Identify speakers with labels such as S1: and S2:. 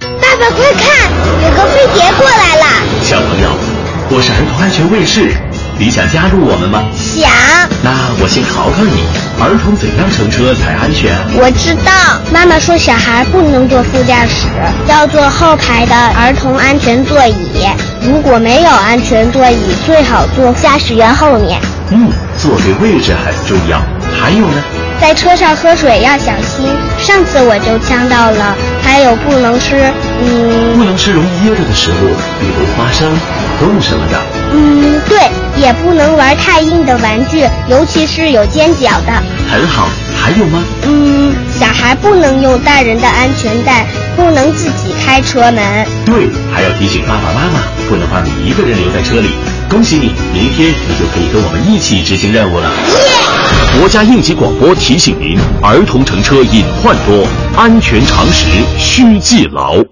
S1: 爸，快看，有个飞碟过来了！
S2: 小朋友，我是儿童安全卫士，你想加入我们吗？
S1: 想。
S2: 那我先考考你，儿童怎样乘车才安全？
S1: 我知道，妈妈说小孩不能坐副驾驶，要坐后排的儿童安全座椅。如果没有安全座椅，最好坐驾驶员后面。
S2: 嗯，坐对位置很重要。还有呢？
S1: 在车上喝水要小心，上次我就呛到了。还有不能吃，嗯，
S2: 不能吃容易噎着的食物，比如花生、土豆什么的。
S1: 嗯，对，也不能玩太硬的玩具，尤其是有尖角的。
S2: 很好，还有吗？
S1: 嗯，小孩不能用大人的安全带，不能自己开车门。
S2: 对，还要提醒爸爸妈妈，不能把你一个人留在车里。恭喜你，明天你就可以跟我们一起执行任务了。
S1: 耶！
S3: 国家应急广播提醒您：儿童乘车隐患多，安全常识需记牢。